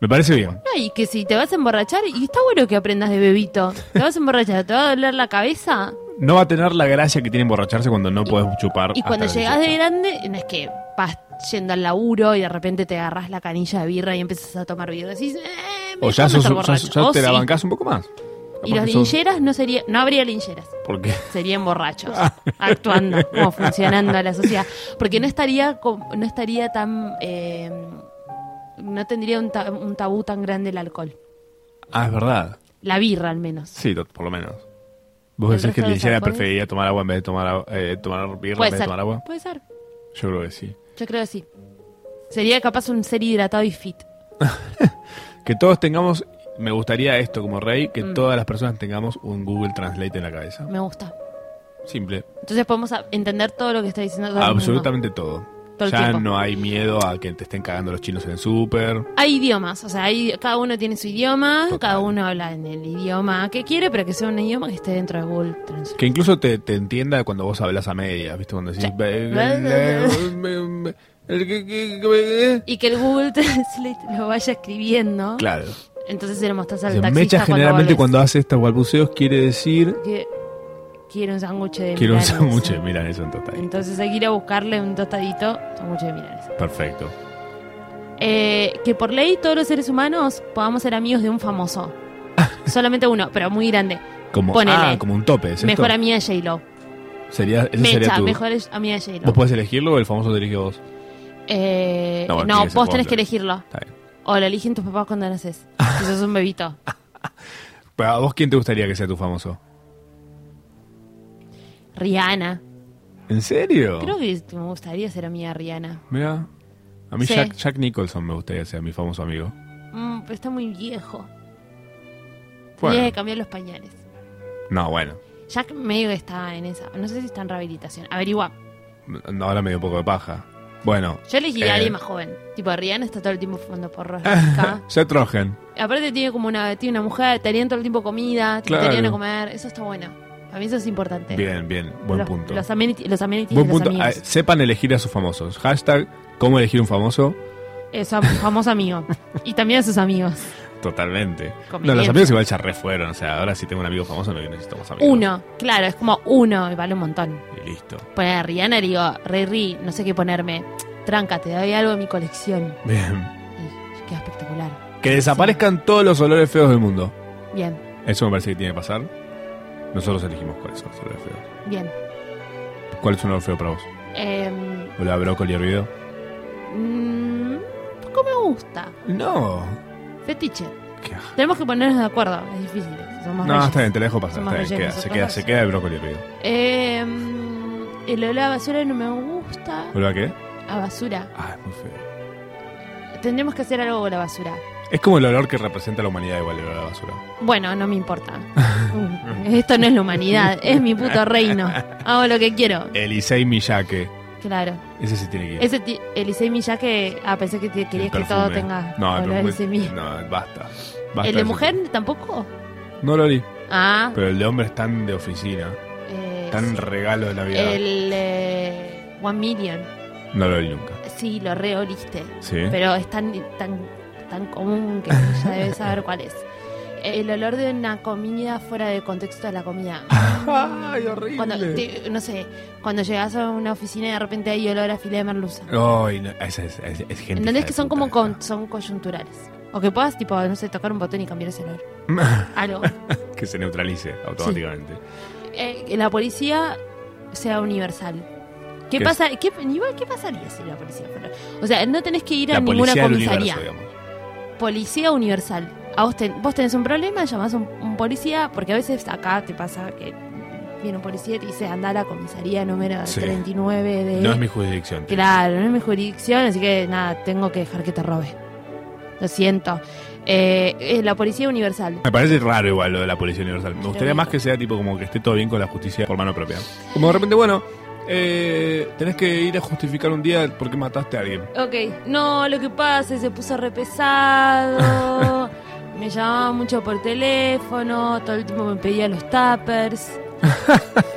D: Me parece bien.
B: No, y que si te vas a emborrachar, y está bueno que aprendas de bebito. Te vas a emborrachar, te va a doler la cabeza.
D: No va a tener la gracia que tiene emborracharse cuando no puedes chupar.
B: Y
D: hasta
B: cuando
D: los
B: llegas de
D: 18.
B: grande, no es que vas yendo al laburo y de repente te agarras la canilla de birra y empiezas a tomar birra. Decís, eh,
D: O
B: mejor
D: ya,
B: no
D: sos,
B: estar
D: ya-
B: borracho.
D: ya
B: O
D: te la
B: sí.
D: bancás un poco más.
B: Y los
D: Capaz que sos-
B: lincheras no sería, no habría lincheras.
D: ¿Por qué?
B: Serían borrachos,
D: [laughs]
B: actuando, como funcionando la sociedad. Porque no estaría, com- no estaría tan. eh, no tendría un, ta- un tabú tan grande el alcohol.
D: Ah, es verdad.
B: La birra, al menos.
D: Sí, to- por lo menos. ¿Vos
B: ¿El
D: decís que
B: resto de
D: Linchera
B: alcoholes?
D: preferiría tomar agua en vez de tomar, agua- eh, tomar birra en
B: Puede
D: vez de
B: ser.
D: tomar agua?
B: Puede ser.
D: Yo creo que sí.
B: Yo creo que sí. Sería capaz un ser hidratado y fit.
D: Que todos tengamos, me gustaría esto como rey,
B: Mm.
D: que todas las personas tengamos un Google Translate en la cabeza.
B: Me gusta.
D: Simple.
B: Entonces podemos a- entender todo lo que está diciendo todo el mundo.
D: Absolutamente todo.
B: Todo el
D: ya
B: tiempo.
D: no hay miedo a que te estén cagando los chinos en el súper.
B: Hay idiomas, o sea, hay, cada uno tiene su idioma,
D: Total.
B: cada uno habla en el idioma que quiere, pero que sea un idioma que esté dentro de Google Translate.
D: Que incluso te, te entienda cuando vos hablas a medias, ¿viste? Cuando decís...
B: Sí.
D: "Be- be- be- be- que- que- que- be-".
B: Y que el Google [laughs] Translate lo vaya escribiendo.
D: Claro.
B: Entonces se lo mostrás al
D: O sea,
B: taxista
D: Mecha
B: cuando
D: generalmente
B: volvés.
D: cuando hace estos balbuceos quiere decir...
B: Que- quiero un sándwich de
D: Quiero un
B: milanesa.
D: sándwich de milanesa en total.
B: Entonces hay que ir a buscarle un tostadito, sándwich de milanesa.
D: Perfecto.
B: Eh, que por ley todos los seres humanos podamos ser amigos de un famoso.
D: Ah.
B: Solamente uno, pero muy
D: [laughs]
B: grande.
D: Como,
B: Ponele.
D: ah, como un tope, ¿es
B: Mejor
D: esto?
B: amiga de J-Lo.
D: Sería, ese sería
B: Mecha,
D: tu...
B: mejor amiga de J-Lo.
D: ¿Vos podés elegirlo o el famoso te elige vos?
B: Eh,
D: No,
B: no,
D: bueno, tiene que
B: vos
D: ser vos,
B: tenés que
D: claro.
B: elegirlo.
D: Está bien.
B: O lo eligen tus papás cuando naces. Si sos un
D: [laughs]
B: bebito.
D: Pero ¿A vos quién te gustaría que sea tu famoso?
B: Rihanna.
D: ¿En serio?
B: Creo que me gustaría ser amiga de Rihanna.
D: Mira, a mí
B: Sí.
D: Jack, Jack Nicholson me gustaría ser mi famoso amigo.
B: Mm, pero está muy viejo.
D: Bueno.
B: Tiene que cambiar los pañales.
D: No, bueno,
B: Jack medio que está en esa. No sé si está en rehabilitación. Averigua.
D: no, ahora me dio un poco de paja. Bueno,
B: Yo elegiría
D: Eh.
B: a alguien más joven. Tipo, Rihanna está todo el tiempo fumando porros.
D: [laughs]
B: rica.
D: Seth Rogen.
B: Aparte tiene como una, tiene una mujer, te harían todo el tiempo comida, te
D: Claro.
B: harían a comer. Eso está bueno. A mí eso es importante.
D: Bien, bien, buen
B: los,
D: punto.
B: Los, ameniti- los amenities
D: Buen
B: de los
D: punto. Ah,
B: amigos.
D: sepan elegir a sus famosos. Hashtag, ¿cómo elegir un famoso?
B: Es am- famoso amigo. Y también a sus amigos.
D: Totalmente. No,
B: Conveniente.
D: los amigos igual ya re fueron. O sea, ahora si tengo un amigo famoso no necesito más amigos.
B: Uno, claro, es como uno, y vale un montón.
D: Y listo.
B: Poner a Rihanna y digo, Rey Ri, no sé qué ponerme. Tranca, te doy algo de mi colección.
D: Bien.
B: Y queda espectacular.
D: Que desaparezcan todos los olores feos del mundo.
B: Bien,
D: Eso me parece que tiene que pasar. Nosotros elegimos cuáles son los olores feos.
B: bien.
D: ¿Cuál es un olor feo para vos?
B: Eh,
D: ¿Olor a brócoli hervido?
B: mm, poco me gusta.
D: No.
B: Fetiche.
D: Qué aj-
B: Tenemos que ponernos de acuerdo. Es difícil. Somos
D: No,
B: reyes.
D: está bien, te la dejo pasar.
B: Somos
D: Está bien, queda,
B: rellenos,
D: se,
B: somos
D: queda, se
B: rellenos.
D: queda el brócoli hervido.
B: Eh, mm, el olor a basura no me gusta.
D: ¿Olor a qué?
B: A basura.
D: Ah, es muy feo.
B: Tendremos que hacer algo con la basura.
D: Es como el olor que representa la humanidad igual, el olor a la basura.
B: Bueno, no me
D: [laughs]
B: importa. Mm, Esto no es la humanidad, es mi puto reino. Hago lo que quiero.
D: Elisei Miyake.
B: Claro.
D: Ese sí tiene que ir.
B: Ese ti- Elisei Miyake, ah, pensé que te-
D: El
B: querías que todo
D: perfume.
B: tenga
D: No, el
B: olor a
D: perfume-
B: Elisei Miyake.
D: No, basta. Basta
B: ¿El de
D: ese.
B: mujer tampoco?
D: No lo olí.
B: Ah,
D: Pero el de hombre es tan de oficina.
B: eh,
D: Tan regalo de Navidad.
B: el eh, One Million.
D: No lo olí nunca.
B: Sí, lo reoliste.
D: ¿Sí?
B: Pero es tan, tan, tan común que ya debes
D: [laughs]
B: saber cuál es. El olor de una comida fuera de contexto de la
D: [laughs]
B: comida.
D: ¡Ay, horrible!
B: Cuando, te- no sé, cuando llegas a una oficina y de repente hay olor a fila de merluza.
D: Oh, Ay, no, esa es, es- es gente. hija
B: ¿Entendés
D: de
B: que son
D: puta
B: como
D: esa.
B: con- son coyunturales? O que puedas, tipo, no sé, tocar un botón y cambiar ese olor. Algo.
D: [laughs] que se neutralice automáticamente.
B: Eh, que la policía sea universal. ¿Qué,
D: Que
B: pasa? ¿qué, igual, ¿Qué pasaría si la policía fuera? O sea, no tenés que ir a
D: La
B: ninguna
D: policía del
B: comisaría.
D: universo, digamos.
B: policía universal. A vos, ten- vos tenés un problema, llamás a un, un policía, porque a veces acá te pasa que viene un policía y te dice, anda a la comisaría número
D: Sí.
B: 39 de...
D: No es mi jurisdicción. tío.
B: Claro, no es mi jurisdicción, así que nada, tengo que dejar que te robe. Lo siento. Eh, eh, la policía universal.
D: Me parece raro igual lo de la Policía Universal. Me gustaría
B: bien.
D: más que sea tipo como que esté todo bien con la justicia por mano propia. Como de repente, bueno, eh, tenés que ir a justificar un día por qué mataste a alguien.
B: Ok, no, lo que pasa es que se puso [laughs] repesado, me llamaba mucho por teléfono, todo el tiempo me pedía los [laughs] tappers,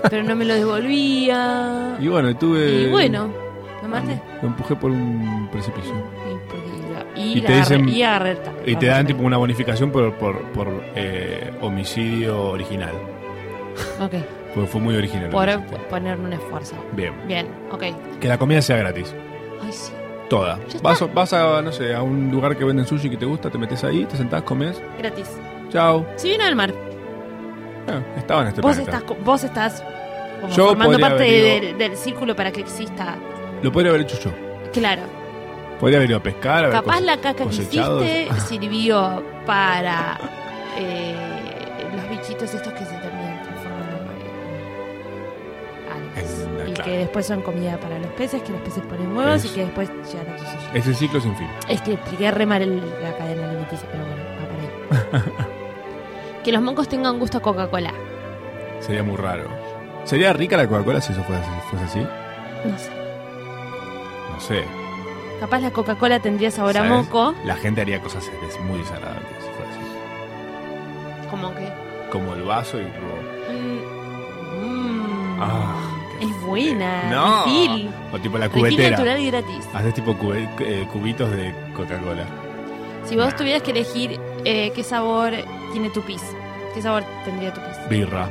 B: pero no me lo devolvía.
D: Y eh, bueno, tuve...
B: Y bueno, me maté.
D: Lo empujé por un precipicio.
B: Y, porque- y
D: Y
B: la
D: te
B: agarré-
D: dicen-
B: y agarré el taco.
D: Y te dan tipo una bonificación por, por, por eh, homicidio original. [laughs]
B: Ok,
D: Porque fue muy original. lo
B: por
D: que hiciste.
B: ponerme un esfuerzo.
D: Bien.
B: Bien, ok.
D: Que la comida sea gratis.
B: Ay, sí.
D: Toda.
B: Ya
D: Vas, vas a, no sé, a un lugar que venden sushi que te gusta, te metes ahí, te sentás, comes.
B: Gratis.
D: Chao.
B: Si vino al mar,
D: Ah, estaba en este
B: vos
D: planeta.
B: estás, co- vos estás como
D: Yo
B: formando
D: podría
B: parte
D: haber ido-
B: del, del círculo para que exista.
D: Lo podría haber hecho yo.
B: Claro.
D: Podría haber ido a pescar. haber
B: Capaz
D: cose-
B: la caca que
D: cosechado.
B: hiciste
D: [laughs]
B: sirvió para eh, los bichitos estos que se terminan transformando en algas.
D: En-
B: Y
D: claro.
B: que después son comida para los peces, que los peces ponen huevos
D: Es-
B: y que después llegan a sus
D: Es el ciclo sin fin.
B: Es que expliqué re mal el- la cadena alimenticia, pero bueno, va por ahí.
D: [laughs]
B: que los mocos tengan gusto a Coca-Cola.
D: Sería muy raro. ¿Sería rica la Coca-Cola si eso fuese, fuese así?
B: No sé.
D: No sé.
B: Capaz la Coca-Cola tendría sabor a
D: ¿sabes?
B: moco.
D: La gente haría cosas des- muy desagradables si fuera así.
B: Como que.
D: Como el vaso y
B: mm,
D: como...
B: mm,
D: Ah, qué
B: es buena.
D: No.
B: Gil.
D: O tipo la
B: Refil
D: cubetera.
B: natural y gratis.
D: Haces tipo cube- eh, cubitos de Coca-Cola.
B: Si vos tuvieras que elegir eh, qué sabor tiene tu pis, ¿qué sabor tendría tu pis? [laughs]
D: Birra.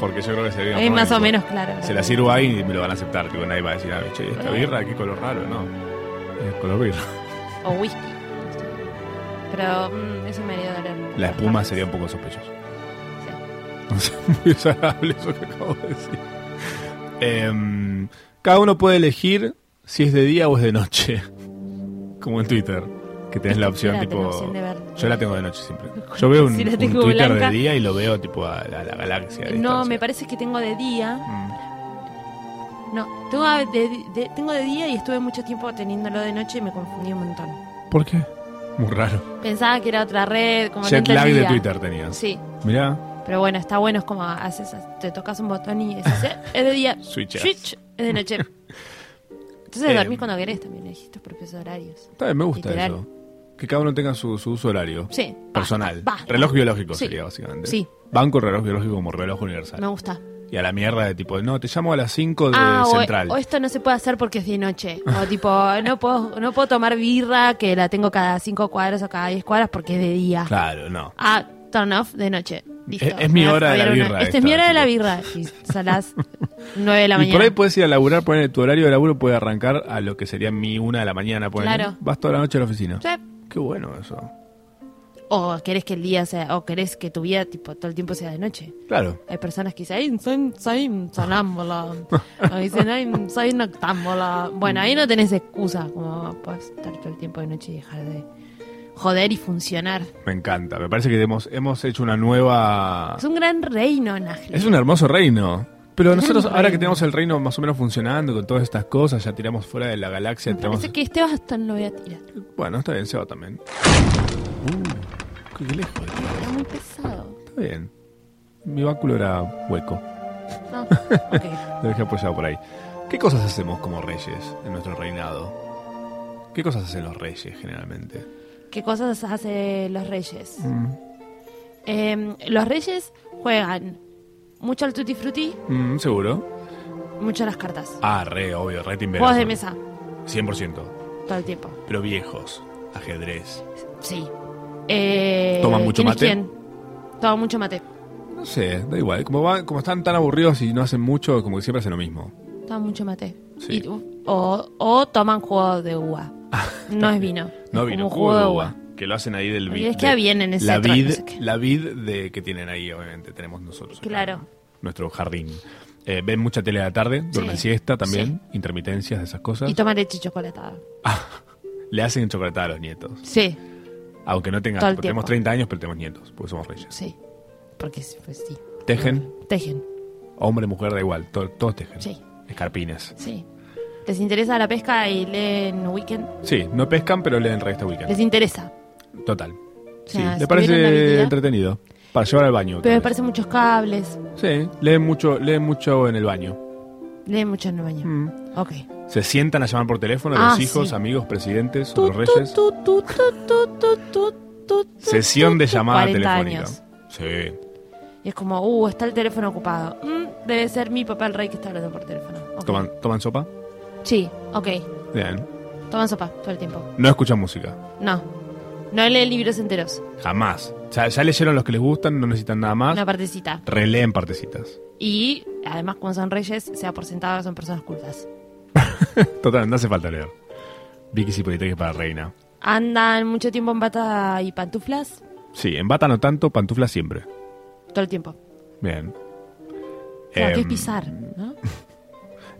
D: Porque yo creo que sería...
B: Eh,
D: una
B: más
D: forma
B: o
D: de-
B: menos, claro.
D: Se la sirvo ahí y me lo van a aceptar. Tipo, nadie va a decir, ah, che, esta birra, qué color raro, ¿no? Es color birra.
B: O whisky. Pero mm, eso me haría doler.
D: La
B: las
D: espuma
B: papas.
D: sería un poco sospechosa.
B: Sí.
D: [laughs] No sé, muy desagradable eso que acabo de decir. Em, cada uno puede elegir si es de día o es de noche. [laughs] Como en Twitter, que tenés la opción
B: Claro,
D: tipo...
B: tengo opción de ver. Eh,
D: Yo la tengo de noche
B: [laughs]
D: siempre. Yo veo un,
B: Si la
D: un
B: tengo
D: Twitter
B: blanca.
D: de día y lo veo tipo a la, a la galaxia. a
B: No,
D: distancia.
B: me parece que tengo de día.
D: Mm.
B: No, tengo a- de, de- tengo de día y estuve mucho tiempo teniéndolo de noche y me confundí un montón.
D: ¿Por qué? Muy raro.
B: Pensaba que era otra red, como no
D: Jet lag de
B: entendía.
D: Twitter tenías.
B: Sí,
D: Mirá,
B: pero bueno, está bueno, es como haces, te tocas un botón y decís, "Eh, es de
D: [laughs]
B: día,
D: switch.
B: switch, es de noche. Entonces
D: Eh,
B: dormís cuando querés también, elegís tus propios horarios.
D: Está bien, me gusta
B: Literal.
D: eso. Que cada uno tenga su, su uso horario.
B: Sí.
D: Personal.
B: basta, basta.
D: Reloj biológico
B: Sí.
D: sería básicamente.
B: Sí.
D: Banco reloj biológico como reloj universal.
B: Me gusta.
D: Y a la mierda de tipo, no, te llamo a las 5 de
B: Ah, o,
D: Central.
B: o esto no se puede hacer porque es de noche. O tipo, no puedo, no puedo tomar birra que la tengo cada cinco cuadras o cada diez cuadras porque es de día.
D: Claro, no.
B: Ah, turn off de noche. Listo.
D: Es- es mi
B: Me vas
D: hora
B: a
D: de la
B: ver una-
D: birra
B: Esta es
D: esta,
B: mi hora de la
D: tipo.
B: birra. Y son las 9 de la
D: [laughs] y por ahí
B: mañana.
D: puedes ir a laburar, poner tu horario de laburo puede arrancar a lo que sería mi una de la mañana. ponele.
B: Claro.
D: Vas toda la noche a la oficina.
B: Sí.
D: Qué bueno eso.
B: O querés que el día sea, o querés que tu vida tipo todo el tiempo sea de noche.
D: Claro.
B: Hay personas que dicen, "Ay, soy, soy sonámbula.
D: [laughs]
B: O dicen, "Ay, soy noctámbula. Bueno, ahí no tenés excusa, como puedes estar todo el tiempo de noche y dejar de joder y funcionar.
D: Me encanta. Me parece que hemos, hemos hecho una nueva...
B: Es un gran reino, Najle.
D: Es un hermoso reino. Pero
B: Es
D: nosotros,
B: un
D: ahora que
B: reino.
D: tenemos el reino más o menos funcionando con todas estas cosas, ya tiramos fuera de la galaxia.
B: Me
D: tiramos-
B: parece que este bastón lo voy a tirar.
D: Bueno, está bien, se va también. Uh, qué, qué lejos.
B: Está muy pesado.
D: Está bien. Mi báculo era hueco.
B: No, ok.
D: [laughs] Lo dejé apoyado por ahí. ¿Qué cosas hacemos como reyes en nuestro reinado? ¿Qué cosas hacen los reyes generalmente?
B: ¿Qué cosas hace los reyes?
D: Mm.
B: Eh, los reyes juegan mucho al tutti frutti,
D: Mm, ¿Seguro?
B: mucho a las cartas.
D: Ah, re, obvio, re timbero.
B: Juegos de mesa,
D: 100%.
B: todo el tiempo.
D: Pero viejos. Ajedrez.
B: Sí. Eh,
D: ¿Toman mucho
B: ¿quién es
D: mate?
B: quién? Toman mucho mate.
D: No sé, da igual. Como, van- como están tan aburridos y no hacen mucho, como que siempre hacen lo mismo.
B: Toman mucho mate.
D: Sí.
B: Y- o, o toman jugo de uva. No es vino.
D: No
B: es Como
D: vino,
B: un jugo de uva.
D: Que lo hacen ahí del
B: Y
D: vid.
B: es que
D: de-
B: vienen ese
D: la
B: otro,
D: vid,
B: no sé qué.
D: la vid de, que tienen ahí, obviamente, tenemos nosotros. acá,
B: Claro.
D: nuestro jardín. Eh, ven mucha tele a la tarde, duermen siesta también, intermitencias de esas cosas. Ah,
B: Y tomar leche chocolatada.
D: [laughs] Le hacen chocolatada a los nietos.
B: Sí,
D: Aunque no tengas,
B: Todo el
D: porque tenemos
B: tiempo.
D: 30 años, pero tenemos nietos, porque somos reyes.
B: sí. Porque sí, pues sí.
D: Tejen,
B: Tejen,
D: hombre, mujer, da igual, to- todos tejen.
B: Sí.
D: Escarpines.
B: sí. ¿Les interesa la pesca y leen Weekend?
D: Sí, no pescan, pero leen revista weekend.
B: Les interesa.
D: Total.
B: O
D: Sí,
B: sea, si
D: le
B: tuvieran
D: parece
B: habilidad.
D: entretenido. Para llevar al
B: Pero
D: baño.
B: me
D: tal vez.
B: parecen muchos cables.
D: Sí, leen mucho, leen mucho en el baño.
B: Leen mucho en el baño.
D: Mm.
B: Ok.
D: Se sientan a llamar por teléfono a
B: Ah,
D: los hijos,
B: sí.
D: amigos, presidentes, o
B: Tu,
D: los reyes.
B: tu, tu, tu, tu, tu, tu, tu, tu,
D: Sesión de
B: tu, tu,
D: llamada
B: 40
D: telefónica.
B: años.
D: Sí.
B: Y es como, uh, está el teléfono ocupado. Mm, debe ser mi papá el rey que está hablando por teléfono. Ok.
D: ¿Toman, ¿Toman sopa?
B: Sí, ok.
D: Bien.
B: Toman sopa todo el tiempo.
D: No escuchan música.
B: No. No lee libros enteros.
D: Jamás. Ya, ya leyeron los que les gustan, no necesitan nada más.
B: Una partecita.
D: Releen partecitas.
B: Y además, como son reyes, sea por sentado, son personas cultas.
D: Total, no hace falta leer. Vicky Cipolitex para reina.
B: Andan mucho tiempo en bata y pantuflas.
D: Sí, en bata no tanto, pantufla siempre.
B: Todo el tiempo.
D: Bien.
B: Claro, que es
D: Em,
B: pisar, ¿no?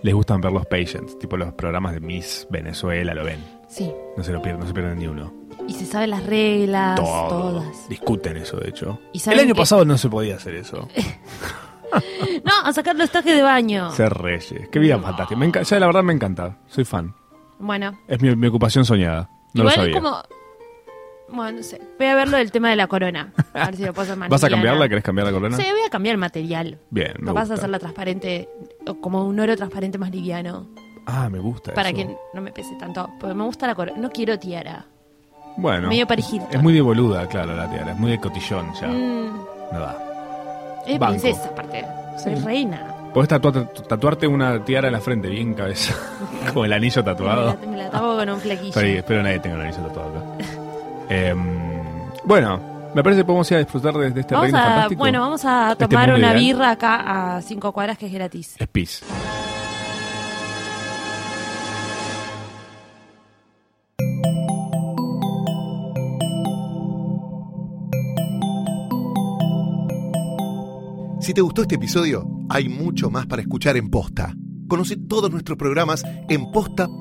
D: Les gustan ver los patients, tipo los programas de Miss Venezuela, lo ven.
B: Sí.
D: No se lo pierden, no se pierden ni uno.
B: Y se sabe las reglas,
D: Todo.
B: todas.
D: Discuten eso, de hecho.
B: ¿Y saben
D: El año
B: qué? Eh.
D: pasado no se podía hacer eso.
B: No, a sacar los trajes de baño.
D: [laughs] Ser reyes. Qué vida fantástica. Me enca- ya la verdad me encanta. Soy fan.
B: Bueno,
D: Es mi, mi ocupación soñada. No
B: igual
D: lo sabía.
B: es como. Bueno, no sé. Voy a ver lo del tema de la corona. A ver si lo puedo
D: [laughs]
B: hacer más
D: ¿Vas a
B: liviana.
D: cambiarla? ¿Querés cambiar la corona?
B: Sí, voy a cambiar el material.
D: Bien, me
B: No vas a
D: gusta.
B: hacerla transparente, o como un oro transparente más liviano.
D: Ah, me gusta
B: Para
D: eso.
B: que no me pese tanto. Porque me gusta la corona. No quiero tiara.
D: Bueno.
B: medio Paris Hilton.
D: Es muy de boluda, claro, la tiara. Es muy de cotillón ya.
B: Mm,
D: No da.
B: es
D: Banco.
B: princesa, aparte. Soy reina.
D: Podés tatuarte, tatuarte una tiara en la frente, bien cabeza.
B: [laughs]
D: Como el anillo
B: Me la,
D: tatuado.
B: me la tapo con un flequillo.
D: Sorry, espero nadie tenga un anillo tatuado acá. Em, bueno, me parece que podemos ir a disfrutar de, de este
B: Vamos
D: reino
B: a,
D: fantástico.
B: bueno, vamos a
D: Este
B: tomar
D: mundo
B: una
D: ideal.
B: birra acá a cinco cuadras que es gratis.
D: Es pis.
A: Si te gustó este episodio, hay mucho más para escuchar en Posta. Conoce todos nuestros programas en posta.fm.